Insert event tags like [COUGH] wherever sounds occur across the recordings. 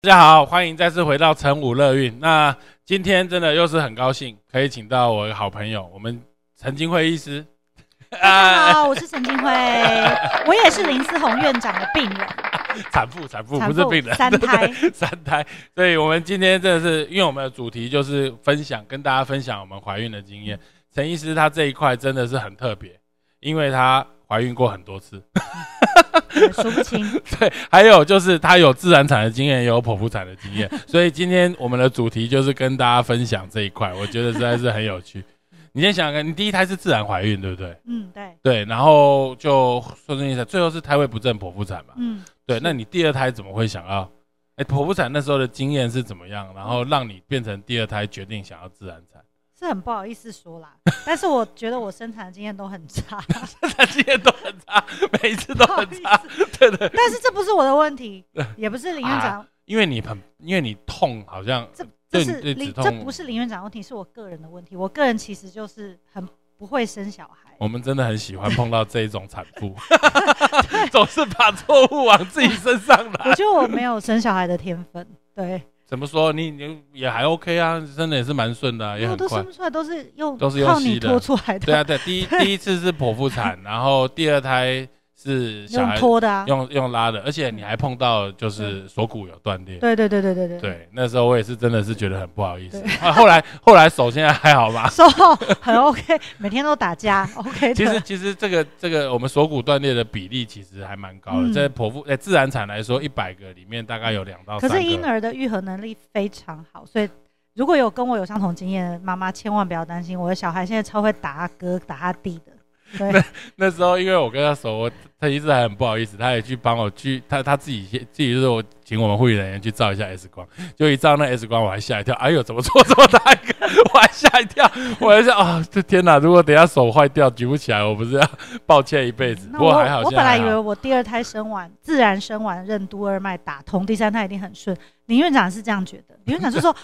大家好，欢迎再次回到晨武乐韵。那今天真的又是很高兴，可以请到我的好朋友，我们陈金惠医师。呃大家好，我是陈 [LAUGHS] 金辉，我也是林思宏院长的病人，产妇，产妇产不妇是病人，三 [LAUGHS] 胎三胎。所以我们今天真的是，因为我们的主题就是分享，跟大家分享我们怀孕的经验。陈医师她这一块真的是很特别，因为她怀孕过很多次， [LAUGHS] 我数不清。对，还有就是她有自然产的经验，也有剖腹产的经验。所以今天我们的主题就是跟大家分享这一块，我觉得实在是很有趣。你先想想看，你第一胎是自然怀孕，对不对？嗯， [LAUGHS] 对，对，然后就顺顺利产，最后是胎位不正剖腹产嘛。嗯，对，是那你第二胎怎么会想要？哎，剖腹产那时候的经验是怎么样？然后让你变成第二胎决定想要自然 [LAUGHS] 产，是很不好意思说啦，但是我觉得我生产的经验都很差，那经验都很差，每一 [LAUGHS] 次都不好很意差，思。对对，啊但是这不是我的问题，也不是林院长， [LAUGHS] 因为你很，因为你痛，好像这这对是对止林，痛这不是林院长的问题，是我个人的问题。我个人其实就是很不会生小孩，我们真的很喜欢碰到这一种产妇， [LAUGHS] 总是把错误往自己身上我拿。觉得我没有生小孩的天分，对， [LAUGHS] 怎么说？你你也还 OK 啊，真的也是蛮顺的啊、 [LAUGHS] 也因为我很都快生。不出来，都是用都是用靠吸你的拖出来对的，啊，对，第一第一次是剖腹产，然后第二胎是小用孩拖的啊，用用拉的，而且你还碰到就是锁骨有断裂。嗯对对对对对对。对，那时候我也是真的是觉得很不好意思。啊、后来 [LAUGHS] 后来手现在还好 [LAUGHS] [LAUGHS] 吧？手很 OK，每天都打架 OK 的。其实其实这个这个我们锁骨断裂的比例其实还蛮高的，嗯在剖腹在自然产来说，一百个里面大概有两到可三个。是婴儿的愈合能力非常好，所以如果有跟我有相同经验的妈妈，千万不要担心。我的小孩现在超会打他哥、打他弟的。 [LAUGHS] 对，那时候因为我跟他熟，我他一直还很不好意思，他也去帮我去他他自己先自己就是我请我们护理人员去照一下 X 光，就一照那 X 光我还吓一跳，哎呦怎么做这么大一个，我还吓一跳，我还想啊、这天哪，如果等一下手坏掉举不起来，我不是要抱歉一辈 [LAUGHS] 子？那不过还好，我现在本来还以好为我第二胎生完自然生完任督二脉打通，第三胎一定很顺。林院长是这样觉得，林院长 [LAUGHS] 就说：“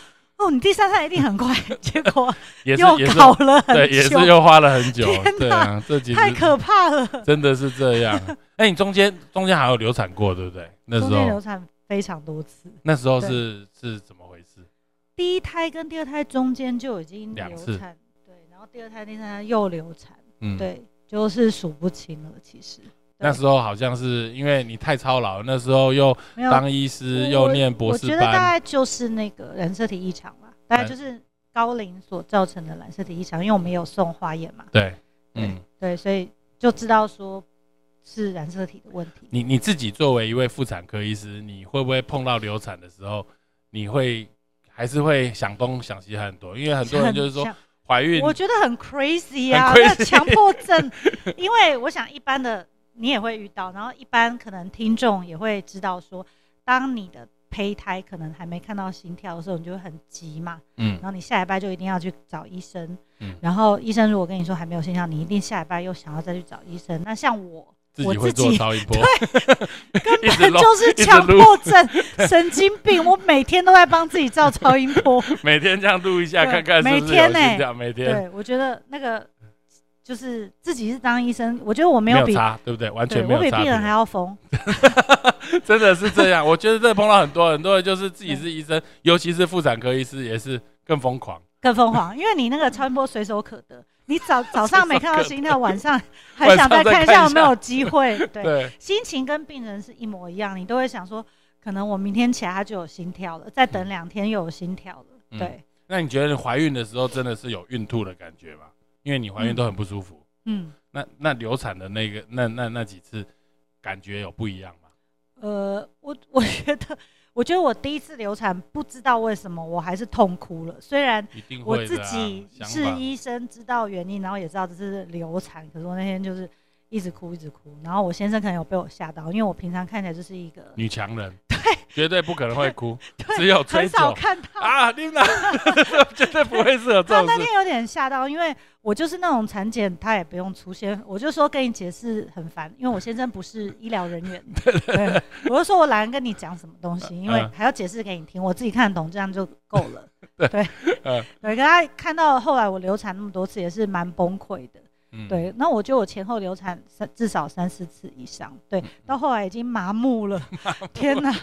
哦，你第三胎一定很快。” [LAUGHS] 结果也是又也是搞了对，很也是久，又花了很久天，哪对啊，这几太可怕了。真的是这 [LAUGHS] 样。哎、你中间中间还有流产过，对不对？那时中间流候产非常多次。那时候对是是怎么回事？第一胎跟第二胎中间就已经两流次产，对，然后第二胎、第三胎又流产，嗯，。对，就是数不清了。其实那时候好像是因为你太操劳，那时候又没有，当医师又念博士我觉得大班，概就是那个染色体异常吧，大概就是高龄所造成的染色体异常，因为我们有送化验嘛，对，对、嗯，对，所以就知道说是染色体的问题。你你自己作为一位妇产科医师，你会不会碰到流产的时候，你会还是会想东想西很多？因为很多人 [LAUGHS] 就是说像怀孕，我觉得很 crazy 啊，很 crazy 那强迫症，因为我想一般的你也会遇到，然后一般可能听众也会知道说，当你的胚胎可能还没看到心跳的时候，你就会很急嘛，嗯然后你下礼拜就一定要去找医生，嗯然后医生如果跟你说还没有心跳，你一定下礼拜又想要再去找医生。那像我自己我会自己做超音 [LAUGHS] 波， [LAUGHS] 一直弄就是一直强录迫症、神经病，我每天都在帮自己照超音波。 [LAUGHS] 每天这样录一下，对看看是不是每天有呢心跳，每 [LAUGHS] 天对，我觉得那个就是自己是当医生，我觉得我没没有有比差，对不对？完对全没我有比差病人还别，要 [LAUGHS] 疯，真的是这样。我觉得这碰到很多很多人，就是自己是医生，尤其是妇产科医师也是更疯狂。更疯狂，因为你那个超音波随手可得，你 [LAUGHS] 早早上没看到心跳，晚上还晚想上再再看一看下一有没下有 [LAUGHS] 机会。对，对，心情跟病人是一模一样，你都会想说，可能我明天起来他就有心跳了，再等两天又有心跳了。嗯对，那你觉得你怀孕的时候真的是有孕吐的感觉吗？因为你怀孕都很不舒服。嗯，那那流产的那个那那那几次，感觉有不一样吗？呃，我 [LAUGHS] 我觉得，我觉得我第一次流产，不知道为什么我还是痛哭了，虽然。一定我会自的啊、己想是法医生，知道原因，然后也知道这是流产，可是我那天就是一直哭一直哭。然后我先生可能有被我吓到，因为我平常看起来就是一个女强 [LAUGHS] 人，对，绝对不可能会哭，对只有吹很少酒看到。啊，你们 [LAUGHS] 俩绝对不会是有这种他啊那事。天有点吓到，因为我就是那种产检，他也不用出现，我就说跟你解释很烦，因为我先生不是医疗人 [LAUGHS] 员，对，我就说我懒得跟你讲什么东西，因为嗯还要解释给你听，我自己看得懂，这样就够了。 [LAUGHS] 对对，嗯对，跟他看到后来我流产那么多次，也是蛮崩溃的。嗯， [LAUGHS] 对，那我觉得我前后流产三至少三四次以上，嗯对，到后来已经麻木 [LAUGHS] 了，天哪！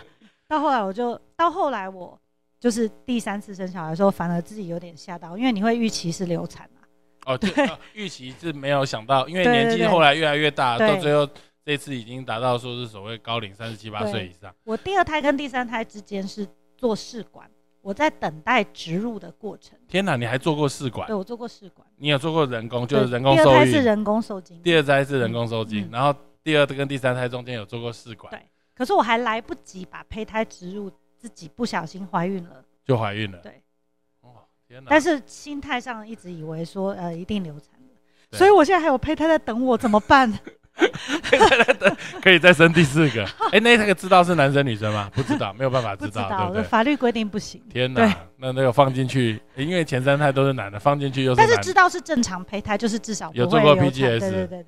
到后来我就到后来我就是第三次生小孩的时候，反而自己有点吓到，因为你会预期是流产嘛，哦，就呃预期是没有想到，因为对对年纪对后来越来越大，对到最后这次已经达到说是所谓高龄三十七八岁以上。我第二胎跟第三胎之间是做试管，我在等待植入的过程，天哪，你还做过试管对？我做过试管，你有做过人工，就对是人工第二受胎是孕。人工受精，第二胎是人工受精嗯，然后第二跟第三胎中间有做过试管对，可是我还来不及把胚胎植入，自己不小心怀孕了，就怀孕了。对。哦，天哪！但是心态上一直以为说呃一定流产了，对所以我现在还有胚胎在等我，怎么办？可以再生第四个。 [LAUGHS] 哎，那那个知道是男生女生 [LAUGHS] 吗？不知道，没有办法不知知道，对道， [LAUGHS] 不这对？法律规定不行。天对哪，那那个放进去，因为前三胎都是男的，放进去又是但男是的，知道是正常胚胎，就是至少不有做会过流产 PGS 对对对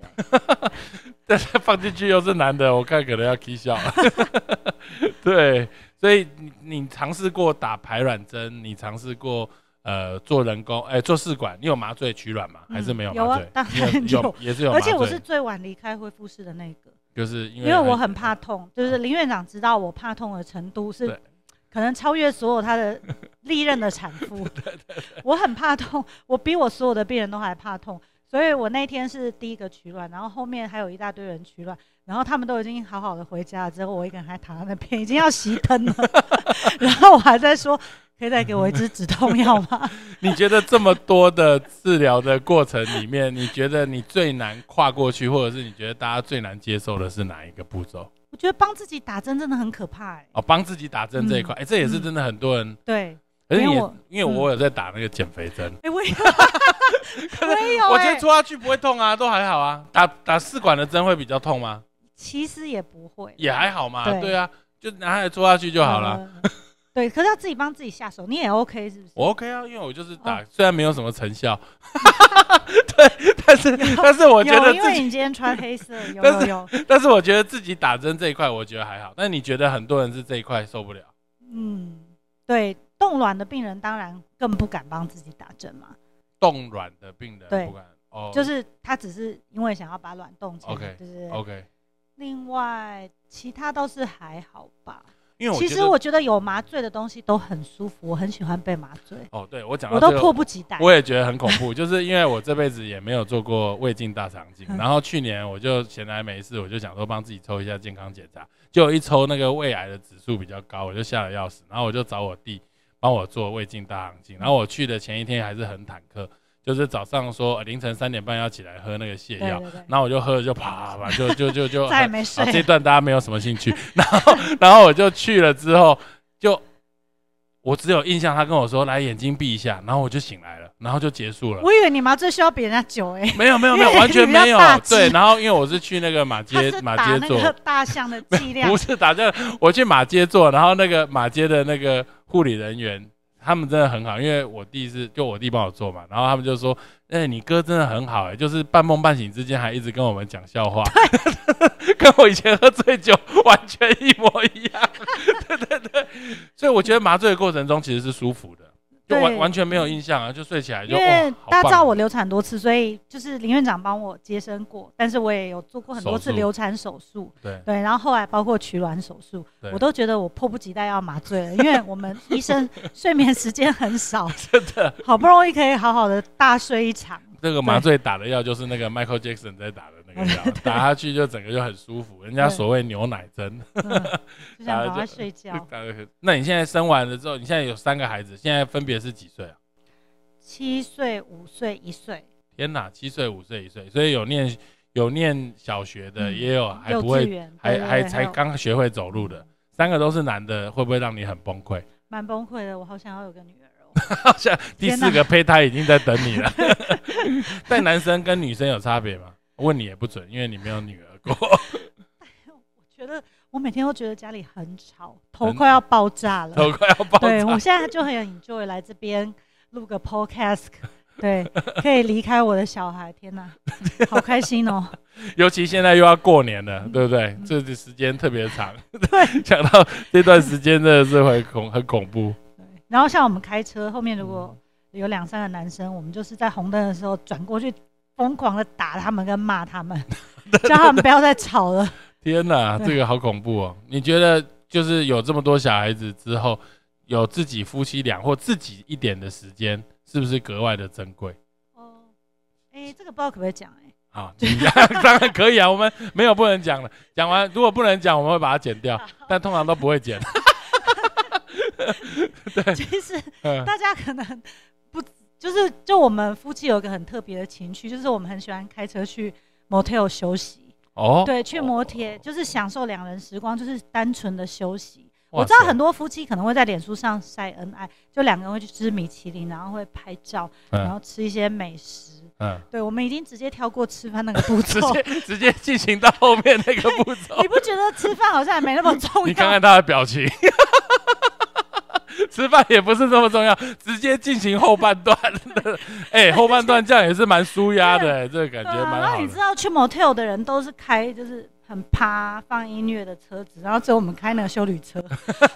对， [LAUGHS] 但是放进去又是男的，我看可能要 k 笑 [LAUGHS] 了。对，所以你你尝试过打排卵针，你尝试过呃做人工，哎、做试管，你有麻醉取卵吗？还是没嗯有有麻啊醉？当你然有有也是有麻而醉。且我是最晚离开恢复室的那一个，就是因因为嗯为我很怕痛，就是林院长知道我怕痛的程度是对可能超越所有他的历任的产妇。 [LAUGHS] [LAUGHS] 我很怕痛，我比我所有的病人都还怕痛，所以我那天是第一个取卵，然后后面还有一大堆人取卵，然后他们都已经好好的回家了，之后我一个人还躺在那边，已经要熄灯了， [LAUGHS] 然后我还在说。可以再给我一支止痛药吗？ [LAUGHS] 你觉得这么多的治疗的过程里面，你觉得你最难跨过去，或者是你觉得大家最难接受的是哪一个步骤？我觉得帮自己打针真的很可怕哎、哦，帮自己打针这一块，哎、这也是真的很多人。 [LAUGHS] 对，可是嗯因为也我因为嗯我有在打那个减肥针，哎、我也 [LAUGHS] 我也有、欸，我觉得戳下去不会痛啊，都还好啊。打打试管的针会比较痛吗？其实也不会，也还好嘛。对对啊，就拿来戳下去就好了。呃对，可是要自己帮自己下手，你也 OK 是不是？我 OK 啊，因为我就是打哦，虽然没有什么成效， [LAUGHS] 对，但是但是我觉得有，因自为己，你今天穿 [LAUGHS] 黑色，有但有是有，但是我觉得自己打针这一块我觉得还好。但你觉得很多人是这一块受不了？嗯，对，冻卵的病人当然更不敢帮自己打针嘛，冻卵的病人对不敢哦，就是他只是因为想要把卵冻起来 OK，哦对对对。 OK，另外，其他倒是还好吧。因为我其觉实得我觉得有麻醉的东西都很舒服，我很喜欢被麻醉，哦，对我讲我到都这个迫不及待。我也觉得很恐怖， [LAUGHS] 就是因为我这辈子也没有做过胃镜大肠 [LAUGHS] 镜，然后去年我就闲来没事，我就想说帮自己抽一下健康检查，就一抽那个胃癌的指数比较高，我就吓得要死，然后我就找我弟帮我做胃镜大肠镜，嗯然后我去的前一天还是很忐忑，就是早上说、呃凌晨三点半要起来喝那个泻对药，对对，然后我就喝了就啪啪，就就就就再也没睡啊，。这段大家没有什么兴趣。 [LAUGHS] 然后，然后我就去了之后，就我只有印象，他跟我说来眼睛闭一下，然后我就醒来了，然后就结束了。我以为你麻醉需要比人家久哎、没有没有没有，因为完全没你比有较大。只对，然后因为我是去那个马他街是马打街那做个，大象的剂 [LAUGHS] 量不，是打架，我去马街做，然后那个马街的那个护理人员。他们真的很好，因为我弟是就我弟帮我做嘛，然后他们就说：“哎、你哥真的很好、 [LAUGHS] 哎，就是半梦半醒之间还一直跟我们讲笑话，跟我以前喝醉酒完全一模一样。” [LAUGHS] 对对对，所以我觉得麻醉的过程中其实是舒服的，就完对完全没有印象啊，就睡起来就因为哇，好大家知道棒！哦我流产多次，所以就是林院长帮我接生过，但是我也有做过很多手次术流产手术，对对，然后后来包括取卵手术，对我都觉得我迫不及待要麻醉了，因为我们医生 [LAUGHS] 睡眠时间很少，真的，好不容易可以好好的大睡一场，这个麻醉打的药就是那个 Michael Jackson 在打的那个药，打下去就整个就很舒 [LAUGHS] 服，人家所谓牛奶针。嗯、 [LAUGHS] 就想打了赶快就。睡觉打得很 [LAUGHS] 那你现在生完了之后，你现在有三个孩子，现在分别是几岁啊？七岁、五岁、一岁，天哪，七岁、五岁、一岁，所以有念有念小学的，嗯也有还幼不稚会，园对还对还对才有嗯刚学会走路的，三个都是男的，会不会让你很崩溃？蛮崩溃的。我好想要有个女儿哦。好像第天哪 [LAUGHS] 四个胚胎已经在等你了。但男生跟女生有差别吗？问你也不准，因为你没有女儿过。我觉得我每天都觉得家里很吵，头很快要爆炸了。头快要爆对我炸。现在就很 enjoy 来这边录个 podcast，对，可以离开我的小孩，天哪，好开心哦！尤其现在又要过年了，对不对嗯？这时间特别 [LAUGHS] 长。对，想到这段时间真的是很恐很恐怖。对，然后像我们开车后面如果有两三个男生，我们就是在红灯的时候转过去疯狂的打他们跟骂他们，叫他们不要再吵了。天哪，对这个好恐怖哦！你觉得就是有这么多小孩子之后，有自己夫妻俩或自己一点的时间，是不是格外的珍贵？哦，哎，这个不知道可不可以讲哎、好，你 [LAUGHS] 当然可以啊，我们没有不能讲的。讲完如果不能讲，我们会把它剪 [LAUGHS] 掉，但通常都不会剪。其实嗯大家可能不就是就我们夫妻有一个很特别的情趣，就是我们很喜欢开车去 motel 休息。哦，对，去摩铁就是享受两人时光，就是单纯的休息。哇塞，我知道很多夫妻可能会在脸书上晒恩爱，就两个人会去吃米其林，然后会拍照，然嗯后吃一些美食。 [LAUGHS] 嗯，对，我们已经直接跳过吃饭那个步 [LAUGHS] 直骤，接直接进行到后面那个步骤你。不觉得吃饭好像也没那么重要？你看看他的表情， [LAUGHS] 吃饭也不是那么重要，直接进行后半段。哎、后半段这样也是蛮舒压的、哎这个感对觉啊，蛮然后好你知的。道去 motel 的人都是开就是很趴放音乐的车子，然后只有我们开那个修旅 [LAUGHS] 车，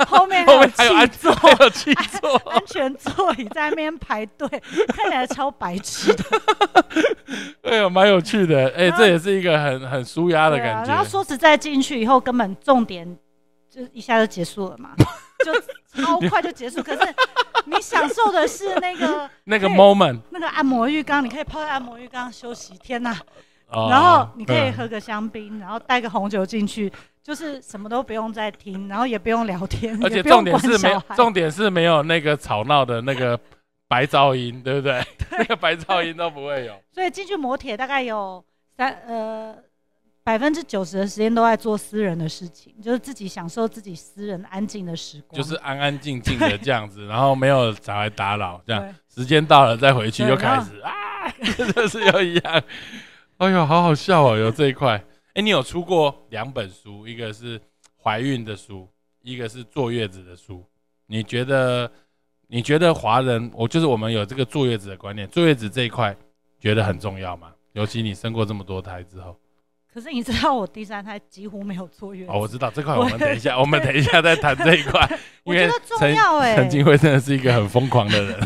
后面后面还有有安气座还有气座，安全座椅在那边排队，看起来超白痴的。哎呦，蛮有趣的。哎、然后这也是一个很很舒压的对啊感然后觉。说实在，进去以后根本重点就一下就结束了嘛，就 [LAUGHS] 超快就结束。可是你享受的是那个那个对 moment，那个按摩浴缸，你可以泡在按摩浴缸休息，天呐！哦然后你可以嗯喝个香槟，然后带个红酒进去，就是什么都不用再听，然后也不用聊天，而也且不用重点管是没小有，孩重点是没有那个吵闹的那个白噪音，对不对？ [LAUGHS] 那个白噪音都不会有。所以进去磨铁大概有三呃百分之九十的时间都在做私人的事情，就是自己享受自己私人安静的时光。就是安安静静的这样子，然后没有找来打扰，这样对时间到了再回去对又开始啊， [LAUGHS] 就是又一样。哎呦，好好笑哦，有这一块。哎、你有出过两本书，一个是怀孕的书，一个是坐月子的书。你觉得？你觉得华人，我就是我们有这个坐月子的观念，坐月子这一块觉得很重要吗？尤其你生过这么多胎之后，可是你知道我第三胎几乎没有坐月子，哦，我知道这块，我我们等一 [LAUGHS] 下，我们等一下再谈这一块，因我觉为得重曾要哎、陈金辉真的是一个很疯狂的 [LAUGHS] 人，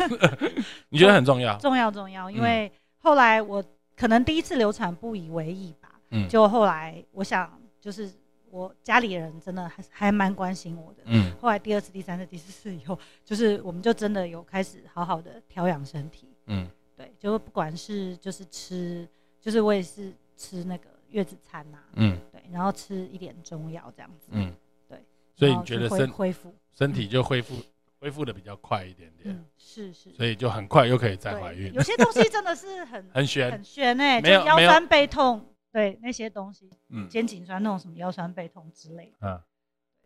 你觉得很重要？重要重要，因嗯为后来我可能第一次流产不以为意吧，嗯就后来我想就是我家里人真的还还蛮关心我的。嗯，后来第二次、第三次、第四次以后，就是我们就真的有开始好好的调养身体，嗯，对，就不管是就是吃，就是我也是吃那个月子餐呐、啊嗯对，然后吃一点中药这样子，嗯，对。所以然你后觉去得恢身恢复，身体就恢复恢复的比较快一点点，嗯，是是，所以就很快又可以再对怀孕，有些东西真的是很很悬。很悬哎、没就有腰没有酸背痛，对那些东西，嗯肩颈酸痛什么腰酸背痛之类的，嗯，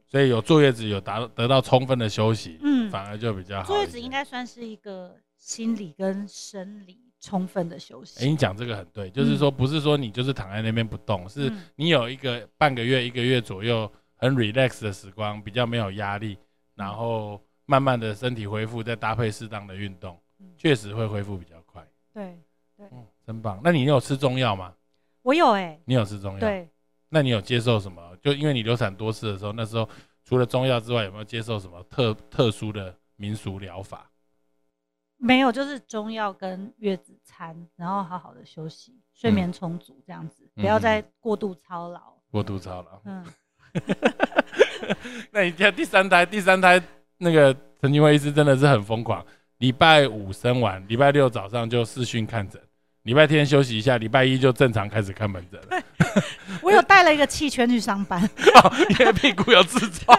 所以有坐月子有达到得到充分的休息，嗯，反而就比较好一点。坐月子应该算是一个心理跟生理充分的休哎，息，你讲这个很对，就是说不是说你就是躺在那边不动，是嗯你有一个半个月、一个月左右很 relax 的时光，比较没有压力，嗯然后慢慢的身体恢复，再搭配适当的运动嗯，确实会恢复比较快。对嗯，真棒。那你有吃中药吗？我有哎、你有吃中药？。对，那你有接受什么？就因为你流产多次的时候，那时候除了中药之外，有没有接受什么特特殊的民俗疗法？没有，就是中药跟月子餐，然后好好的休息，睡嗯眠充足，这样子，嗯不要再过度操劳。过度操劳。嗯，那你家第三胎，第三胎那个陈金辉医师真的是很疯狂，礼拜五生完，礼拜六早上就视讯看诊，礼拜天休息一下，礼拜一就正常开始看门诊了，我有带了一个气圈去上班， [LAUGHS] [LAUGHS] 因为屁股有痔疮。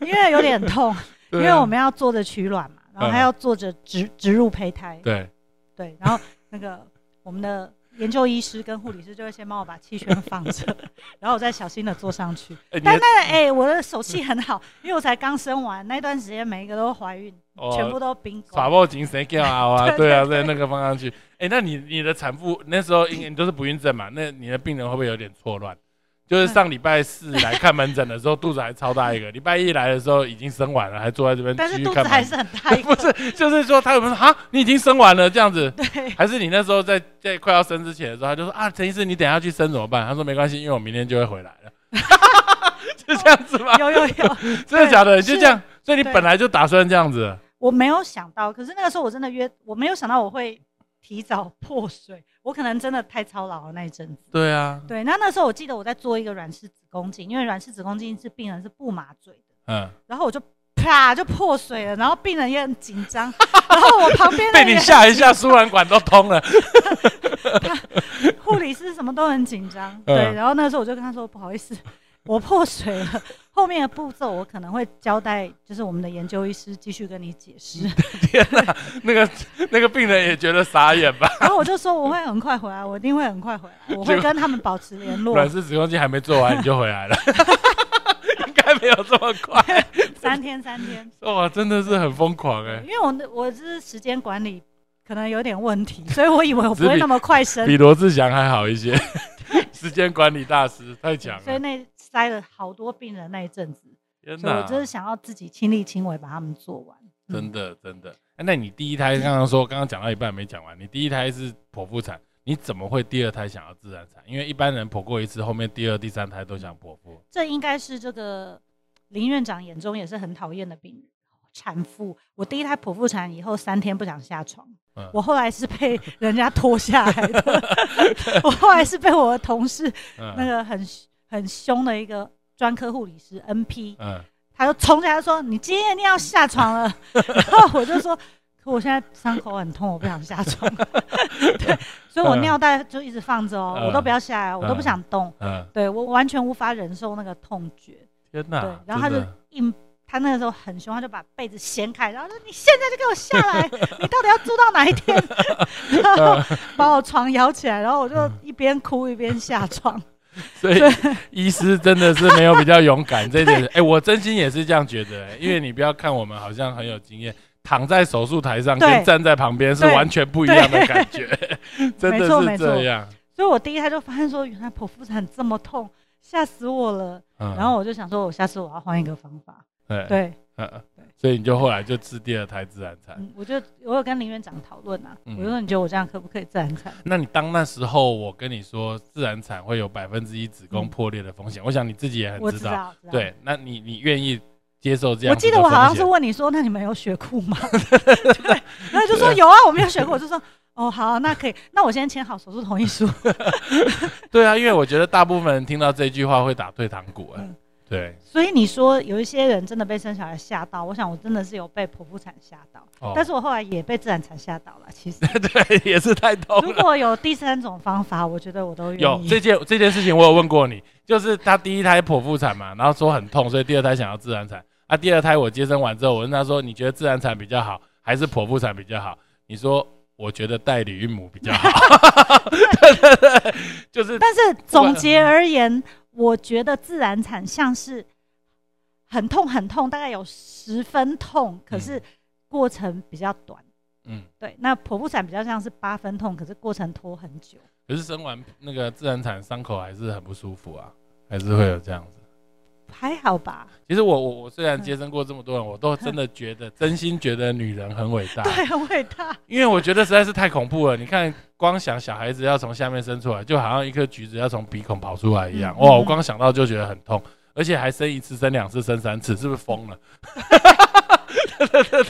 因为有点痛，[LAUGHS] 因对啊嗯为我们要坐着取卵嘛，然后还要坐着植植入胚胎，对对，然后那个我们的研究医师跟护理师就会先帮我把气圈放着， [LAUGHS] 然后我再小心的坐上去。哎你但的那哎、我的手气很好，因为我才刚生完那段时间，每一个都怀孕，哦全部都冰耍狗。报警谁叫啊？ [LAUGHS] 对对对啊，在那个方向去。哎，那你你的产妇那时候应该你都是不孕症嘛？那你的病人会不会有点错乱？就是嗯上礼拜四来看门诊的时候，肚子还超大 [LAUGHS] 一个；礼拜一来的时候已经生完了，还坐在这边但继是续肚看子门还是很大一个，不是，就是说他有没有说啊？你已经生完了这样子？对，还是你那时候在在快要生之前的时候，他就说啊，陈医师，你等一下去生怎么办？他说没关系，因为我明天就会回来 [LAUGHS] 了。是这样子吗？ [LAUGHS] 有有有，真的假的？你就是这样，所以你哦对本来就打算这样子。我没有想到，可是那个时候我真的约，我没有想到我会提早破水，我可能真的太操劳了那一阵子。对啊，对，那那时候我记得我在做一个软式子宫镜，因为软式子宫镜是病人是不麻醉的，嗯，然后我就啪就破水了，然后病人也很紧张，然后我旁边 [LAUGHS] 的被你人吓一下，输卵管都通了。 [LAUGHS] 护理师什么都很紧张，嗯对，然后那个时候我就跟他说不好意思，我破水了，后面的步骤我可能会交代，就是我们的研究医师继续跟你解释。嗯天哪，那个那个病人也觉得傻眼 [LAUGHS] 吧？然后我就说我会很快回来，我一定会很快回来，我结会果跟他们保持联络。软式子宫镜还没做完你就回来了， [LAUGHS] 应该没有这么快。三天三天， [LAUGHS] 哇，真的是很疯狂哎、因为我那我是时间管理可能有点问题，所以我以为我不只会比那么快生，比罗志祥还好一些。 [LAUGHS] 时间管理大师太强所以了，那塞了好多病人那一阵子，天所以我哪！就是想要自己亲力亲为把他们做完。嗯真的真的。哎那你第一胎刚刚说，刚刚讲到一半没讲完，你第一胎是剖腹产，你怎么会第二胎想要自然产？因为一般人剖过一次，后面第二、第三胎都想剖腹。这应该是这个林院长眼中也是很讨厌的病人。产妇，我第一胎剖腹产以后三天不想下床，嗯我后来是被人家拖下来 [LAUGHS] 的，我后来是被我的同事那嗯个很很凶的一个专科护理师 NP，嗯，他就冲下来说：“你今天一定要下床了。” [LAUGHS] 然后我就说：“可我现在伤口很痛，我不想下床。” [LAUGHS] 对，所以我嗯尿袋就一直放着哦，我都不要下来，我都嗯不想动。嗯，对我完全无法忍受那个痛觉。天对哪！，然后他真就的硬，他那个时候很凶，他就把被子掀开，然后说：“你现在就给我下来，你到底要住到哪一天？” [LAUGHS] 然后把我床摇起来，然后我就一边哭一边下床。 [LAUGHS] 所以医师真的是没有比较勇敢这一点。哎、我真心也是这样觉得、哎因为你不要看我们好像很有经验，躺在手术台上对跟站在旁边是对完全不一样的感觉，真没错的是没错这样。所以我第一胎就发现说，原来剖腹产这么痛，吓死我了。嗯然后我就想说，我下次我要换一个方法。对对，嗯对所以你就后来就治第二胎自然产。嗯，我就我有跟林院长讨论啊，哎嗯我就说你觉得我这样可不可以自然产？那你当那时候我跟你说自然产会有百分之一子宫破裂的风险，我想你自己也很嗯我哎知知道。道，知道。对，那你你愿意接受这样我子记的得风险？我好像是问你说，那你们有学过 [LAUGHS] 吗？对，然后就说有啊，我没有学过，我就说哦好啊、那可以，那我先签好手术同意书。 [LAUGHS] 对啊，因为我觉得大部分人听到这句话会打退堂鼓、哎、嗯对，所以你说有一些人真的被生小孩吓到，我想我真的是有被剖腹产吓到，哦但是我后来也被自然产吓到了。其实 [LAUGHS] 对也是太痛如了。果有第三种方法，我觉得我都愿哦有意。这件这件事情，我有问过你，就是他第一胎剖腹产嘛，然后说很痛，所以第二胎想要自然产。啊，第二胎我接生完之后，我问他说，你觉得自然产比较好，还是剖腹产比较好？你说我觉得代理孕母比 [LAUGHS] 较好。对对对，就是但是总结而言，我觉得自然产像是很痛很痛，大概有十分痛，可是过程比较短。嗯，对，那剖腹产比较像是八分痛，可是过程拖很久。可是生完那个自然产伤口还是很不舒服啊，还是会有这样子。还好吧，其实我我我虽然接生过这么多人，我都真的觉得，真心觉得女人很伟大。对，很伟 [LAUGHS] 大。因为我觉得实在是太恐怖了。你看，光想小孩子要从下面生出来，就好像一颗橘子要从鼻孔跑出来一样。嗯哇，嗯我光想到就觉得很痛，而且还生一次、生两次、生三次，是不是疯 [LAUGHS] 了？ [LAUGHS] 对对对对对，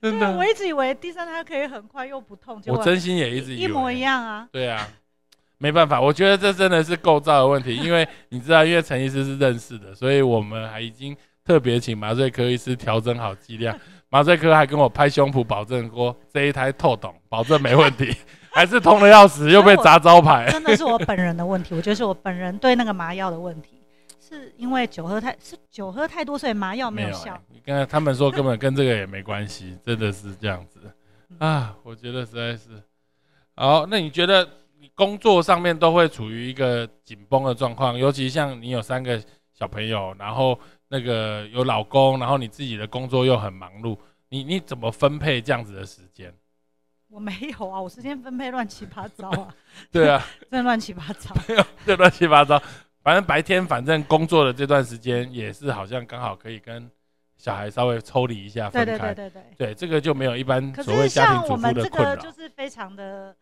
真对，啊的我，一直以为第三胎可以很快又不痛，结我果真心也一直以为一模一。样啊。对啊，没办法，我觉得这真的是构造的问题，因 [LAUGHS] 为你知道，因为陈医师是认识的，所以我们还已经特别请麻醉科医师调整好剂量。麻醉科还跟我拍胸脯保证过，这一胎透懂，保证没问题，还是痛的要死，又被砸招牌。真的是我本人的问题，我觉得是我本人对那个麻药的问 [LAUGHS] 题，是因为酒喝太是酒喝太多，所以麻药哦没有欸效。你刚才他们说根本跟这个也没关 [LAUGHS] 嗯系，真的是这样子啊！我觉得实在是好。那你觉得你工作上面都会处于一个紧绷的状况，尤其像你有三个小朋友，然后那个有老公，然后你自己的工作又很忙碌，你你怎么分配这样子的时 [LAUGHS] 间？我没有啊，我时间分配乱七八糟啊，对啊，真的乱七八 [LAUGHS] 糟。就乱七八糟。反正白天，反正工作的这段时间也是好像刚好可以跟小孩稍微抽离一下，分对开。对对对对。对这个就没有一般可所谓是家庭像主我妇们的这困个扰。就是非常的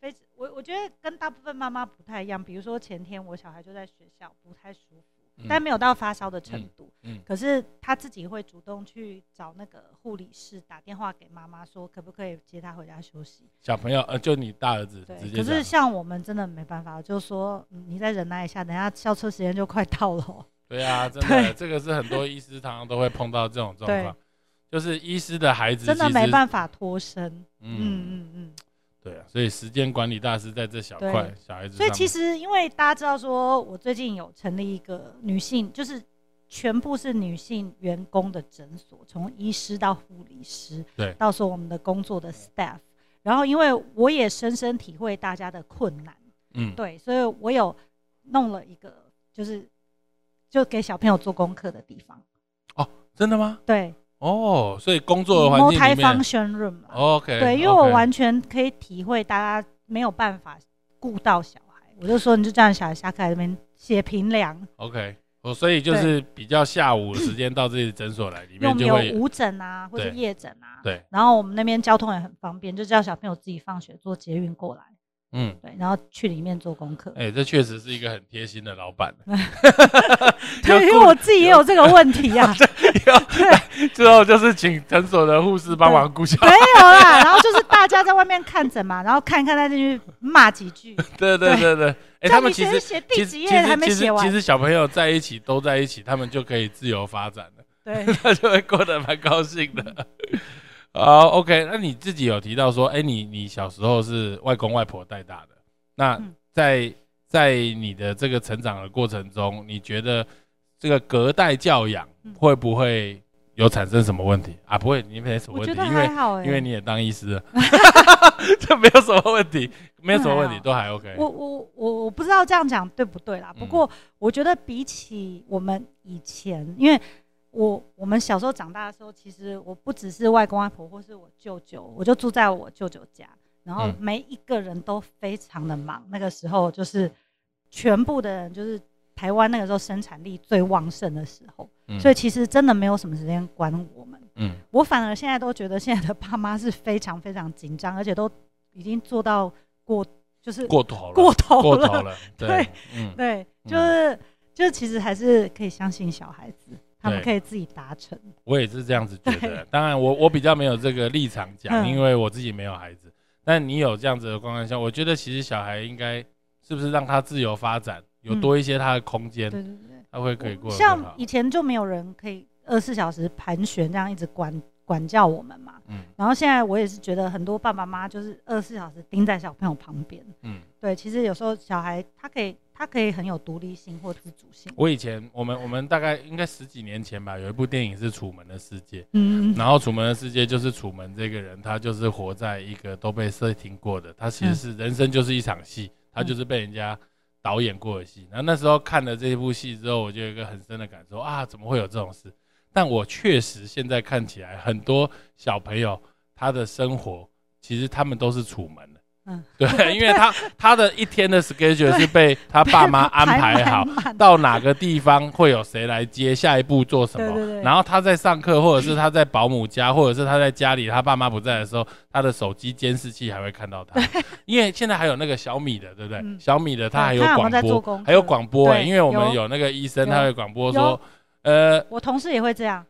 非，我我觉得跟大部分妈妈不太一样。比如说前天我小孩就在学校不太舒服，嗯但没有到发烧的程嗯度。嗯可是他自己会主动去找那个护理师打电话给妈妈说，可不可以接他回家休息？小朋友，呃，就你大儿子直对。接可这是样。像我们真的没办法，就说嗯你再忍耐一下，等下校车时间就快到了哦。对啊，真的，对这个是很多医师常常都会碰到这种状对况，就是医师的孩子真的其实没办法脱身。嗯，嗯嗯嗯。对啊，所以时间管理大师在这小块对小孩子上面，所以其实因为大家知道说，我最近有成立一个女性，就是全部是女性员工的诊所，从医师到护理师，对到时候我们的工作的 staff。然后因为我也深深体会大家的困难，嗯，对，所以我有弄了一个，就是就给小朋友做功课的地方，真的吗？对哦，所以工作的环境里面哦，multi-function room 啦，OK，对，因为我 OK 完全可以体会大家没有办法顾到小孩，我就说你就这样小孩下课在那边写评量， OK，哦，所以就是比较下午的时间到自己的诊所来，里因为我面们就会有午诊啊，或是对夜诊啊，对，然后我们那边交通也很方便，就叫小朋友自己放学坐捷运过来，嗯，对，然后去里面做功课。哎、这确实是一个很贴心的老板， [LAUGHS] 对，因为我自己也有这个问 [LAUGHS] 题啊，之后就是请诊所的护士帮忙顾小，没有啦。啊然后就是大家在外面看诊嘛，然后看一看再进去骂几句，对 [LAUGHS] 对对对，哎、叫他们你其写实一写其第实其几页还实没其写实其完，实小朋友在一起都在一起，他们就可以自由发展了， [LAUGHS] 对。他就会过得蛮高兴的。好，OK，那你自己有提到说，哎、你你小时候是外公外婆带大的，那嗯在在你的这个成长的过程中，你觉得这个隔代教养嗯会不会有产生什么问题啊？不会，你没什么我问觉题，得因为还好哎、因为你也当医师 [LAUGHS] 了，这没有什么问题，没有什么问题，那都还好还 OK。啊我我我我不知道这样讲对不对啦。嗯不过我觉得比起我们以前，因为我我们小时候长大的时候，其实我不只是外公外婆或是我舅舅，我就住在我舅舅家，然后嗯每一个人都非常的忙。那个时候就是全部的人，就是台湾那个时候生产力最旺盛的时候，嗯所以其实真的没有什么时间管我们。嗯，我反而现在都觉得现在的爸妈是非常非常紧张，而且都已经做到过就是过头了， [LAUGHS] 过头了。过头了，对对，嗯，对，就嗯是、就其实还是可以相信小孩子，他们对可以自己达成。我也是这样子觉得对。当然我，我比较没有这个立场讲，嗯因为我自己没有孩子。但你有这样子的观看下，我觉得其实小孩应该是不是让他自由发展，有嗯多一些他的空间对，对对他会可以过我得更像好以。前就没有人可以二十四小时盘旋这样一直管管教我们嘛。嗯然后现在我也是觉得很多爸爸妈妈就是二十四小时盯在小朋友旁边。嗯，对，其实有时候小孩他可以他可以很有独立性或自主性。我以前我们我们大概应该十几年前吧，有一部电影是《楚门的世界》。嗯，然后《楚门的世界》就是楚门这个人，他就是活在一个都被设定过的，他其实是、人生就是一场戏，他就是被人家导演过的戏。然后那时候看了这部戏之后，我就有一个很深的感受啊，怎么会有这种事？但我确实现在看起来，很多小朋友他的生活，其实他们都是楚门的。嗯，对，因为他 [LAUGHS] 他的一天的 schedule 是被他爸妈 [LAUGHS] 安排好，满满的到哪个地方会有谁来接，下一步做什么。对对对然后他在上课，或者是他在保姆家，或者是他在家里，他爸妈不在的时候，他的手机监视器还会看到 [LAUGHS] 他。因为现在还有那个小米的，对不对？嗯小米的它还有他有没广有在做播功，课还有广播哎、对因为我们有有那个医生，有他会广播说，呃，我同事也会这样。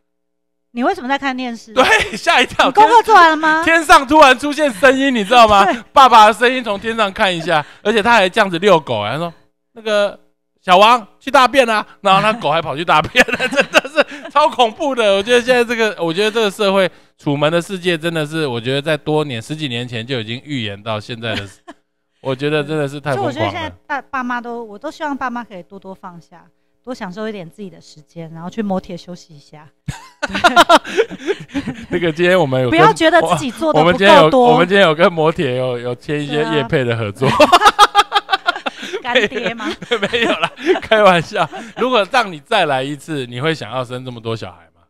你为什么在看电视？对， [LAUGHS] 吓一跳，你功课做完了吗？天上突然出现声音，你知道 [LAUGHS] 吗？爸爸的声音从天上看一下，而且他还这样子遛狗、哎他说：“那个小王去大便 [LAUGHS] 啊！”然后那狗还跑去大便了，啊 [LAUGHS] 真的是超恐怖的。我觉得现在这个，我觉得这个社会，楚门的世界真的是，我觉得在多年十几年前就已经预言到现在的， [LAUGHS] 我觉得真的是太所以我疯觉得狂现在了。爸爸妈都，我都希望爸妈可以多多放下，多享受一点自己的时间，然后去摩铁休息一下， [LAUGHS] 那个今天我们有不跟要觉得自己做我的们不今天够有多。我们今天有跟摩铁有有签一些对啊业配的合作，干爹吗？ [LAUGHS] [LAUGHS] 没有啦，开玩笑。如果让你再来一次，你会想要生这么多小孩吗？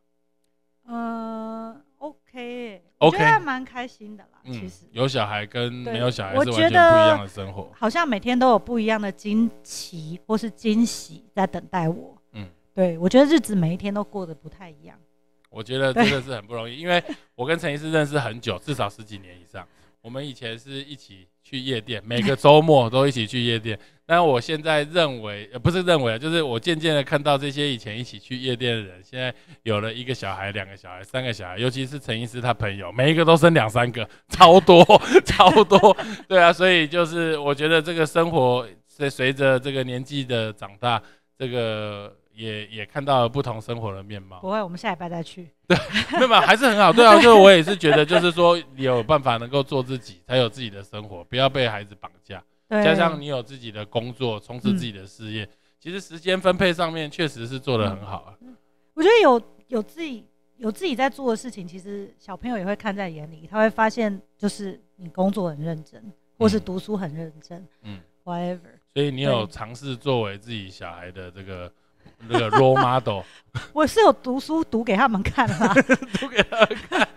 嗯，OK，我 OK 觉得还蛮开心的啦。其嗯实，有小孩跟没有小孩对是我完全觉得不一样的生活。好像每天都有不一样的惊奇或是惊喜在等待我。嗯嗯，对，我觉得日子每一天都过得不太一样。我觉得真的是很不容易，因为我跟陈医师认识很久，至少十几年以上。我们以前是一起去夜店，每个周末都一起去夜店。但我现在认为，呃，不是认为，就是我渐渐的看到这些以前一起去夜店的人，现在有了一个小孩、两个小孩、三个小孩，尤其是陈医师他朋友，每一个都生两三个，超多 [LAUGHS] 超多。对啊，所以就是我觉得这个生活随随着这个年纪的长大，这个也也看到了不同生活的面貌。不会，我们下礼拜再去。 [LAUGHS] 没有没有，还是很好。对啊，就是我也是觉得，就是说有办法能够做自己，才有自己的生活，不要被孩子绑架。对，嗯加上你有自己的工作，从事自己的事业，其实时间分配上面确实是做得很好啊。我觉得有有自己有自己在做的事情，其实小朋友也会看在眼里，他会发现就是你工作很认真，或是读书很认真，嗯嗯，whatever。所以你有尝试作为自己小孩的这 [LAUGHS] 个那个 role model，我是有读书读给他们看 [LAUGHS] 啦，都给他看。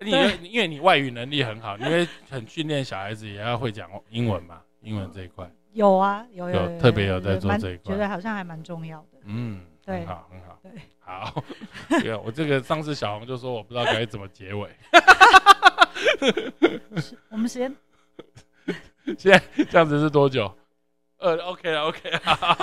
你你因为你外语能力很好，你会很训练小孩子也要会讲英文嘛，英文这一块，有啊，有有有特别有在做蛮这一块觉得好像还蛮重要的。嗯，对很好很好对，好， [LAUGHS] 对啊，我这个上次小红就说我不知道该怎么结尾。我们时间现在这样子是多久？呃，OK 了，OK 了。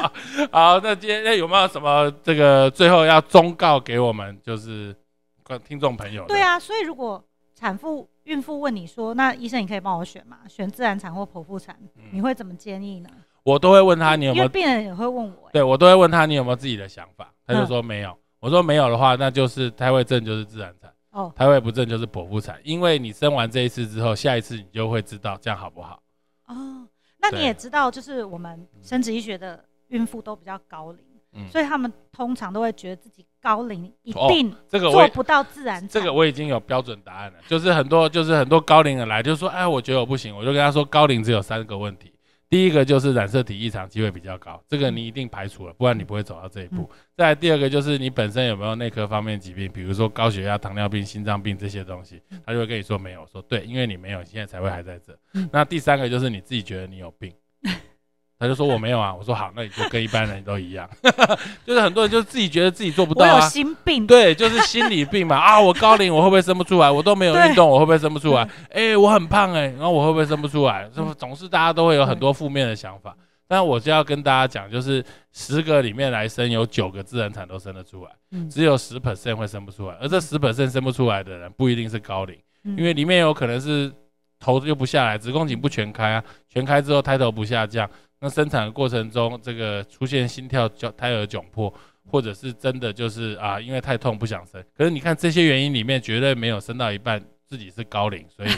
[LAUGHS] 好，那今天那有没有什么这个最后要忠告给我们，就是观听众朋友？对，啊，所以如果产妇、孕妇问你说，那医生你可以帮我选吗？选自然产或剖腹产，嗯你会怎么建议呢？我都会问他你有没因为有，病人也会问我、欸，对我都会问他你有没有自己的想法，他嗯就说没有。我说没有的话，那就是胎位正就是自然产，哦，胎位不正就是剖腹产，因为你生完这一次之后，下一次你就会知道这样好不好。哦，那你对也知道，就是我们生殖医学的孕妇都比较高龄，嗯所以他们通常都会觉得自己高龄一哦定这个我做也不到自然产。这个我已经有标准答案了，就是很多就是很多高龄人来就说，哎，我觉得我不行，我就跟他说，高龄只有三个问题，第一个就是染色体异常机会比较高，这个你一定排除了，不然你不会走到这一步。嗯再来第二个就是你本身有没有内科方面疾病，比如说高血压、糖尿病、心脏病这些东西，他就会跟你说没有，我说对，因为你没有，你现在才会还在这。嗯那第三个就是你自己觉得你有 [LAUGHS] 病。他就说我没有啊，我说好，那你就跟一般人都一样， [LAUGHS] 就是很多人就自己觉得自己做不我到啊。有心病，对，就是心理 [LAUGHS] 病嘛。啊，我高龄我会不会生不出来？我都没有运动，我会不会生不出来？嗯哎、我很胖哎、然后我会不会生不出来？是不总是大家都会有很多负面的想法。但我就要跟大家讲，就是十个里面来生，有九个自然产都生得出来，嗯只有十 percent 会生不出来。而这十 percent 生不出来的人，不一定是高龄，嗯因为里面有可能是头又不下来，子宫颈不全开啊，全开之后胎头不下降，那生产的过程中这个出现心跳绞胎儿窘迫，或者是真的就是啊，因为太痛不想生。可是你看这些原因里面，绝对没有生到一半自己是高龄，所以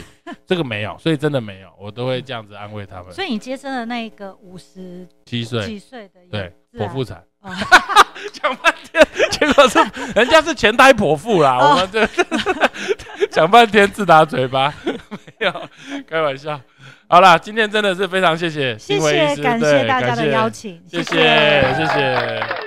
这个没有，所以真的没有，我都会这样子安慰他们。 [LAUGHS] 所以你接生的那个五十七岁几岁的也对自剖然腹产 [LAUGHS] 哦，啊讲半天，结果是人家是前胎剖腹哦啦，我们这 [LAUGHS] 讲半天自打嘴 [LAUGHS] 巴，没有开玩笑。好啦，今天真的是非常谢谢谢丁伟医谢，师，感对谢大家的邀，请，感谢谢谢谢谢。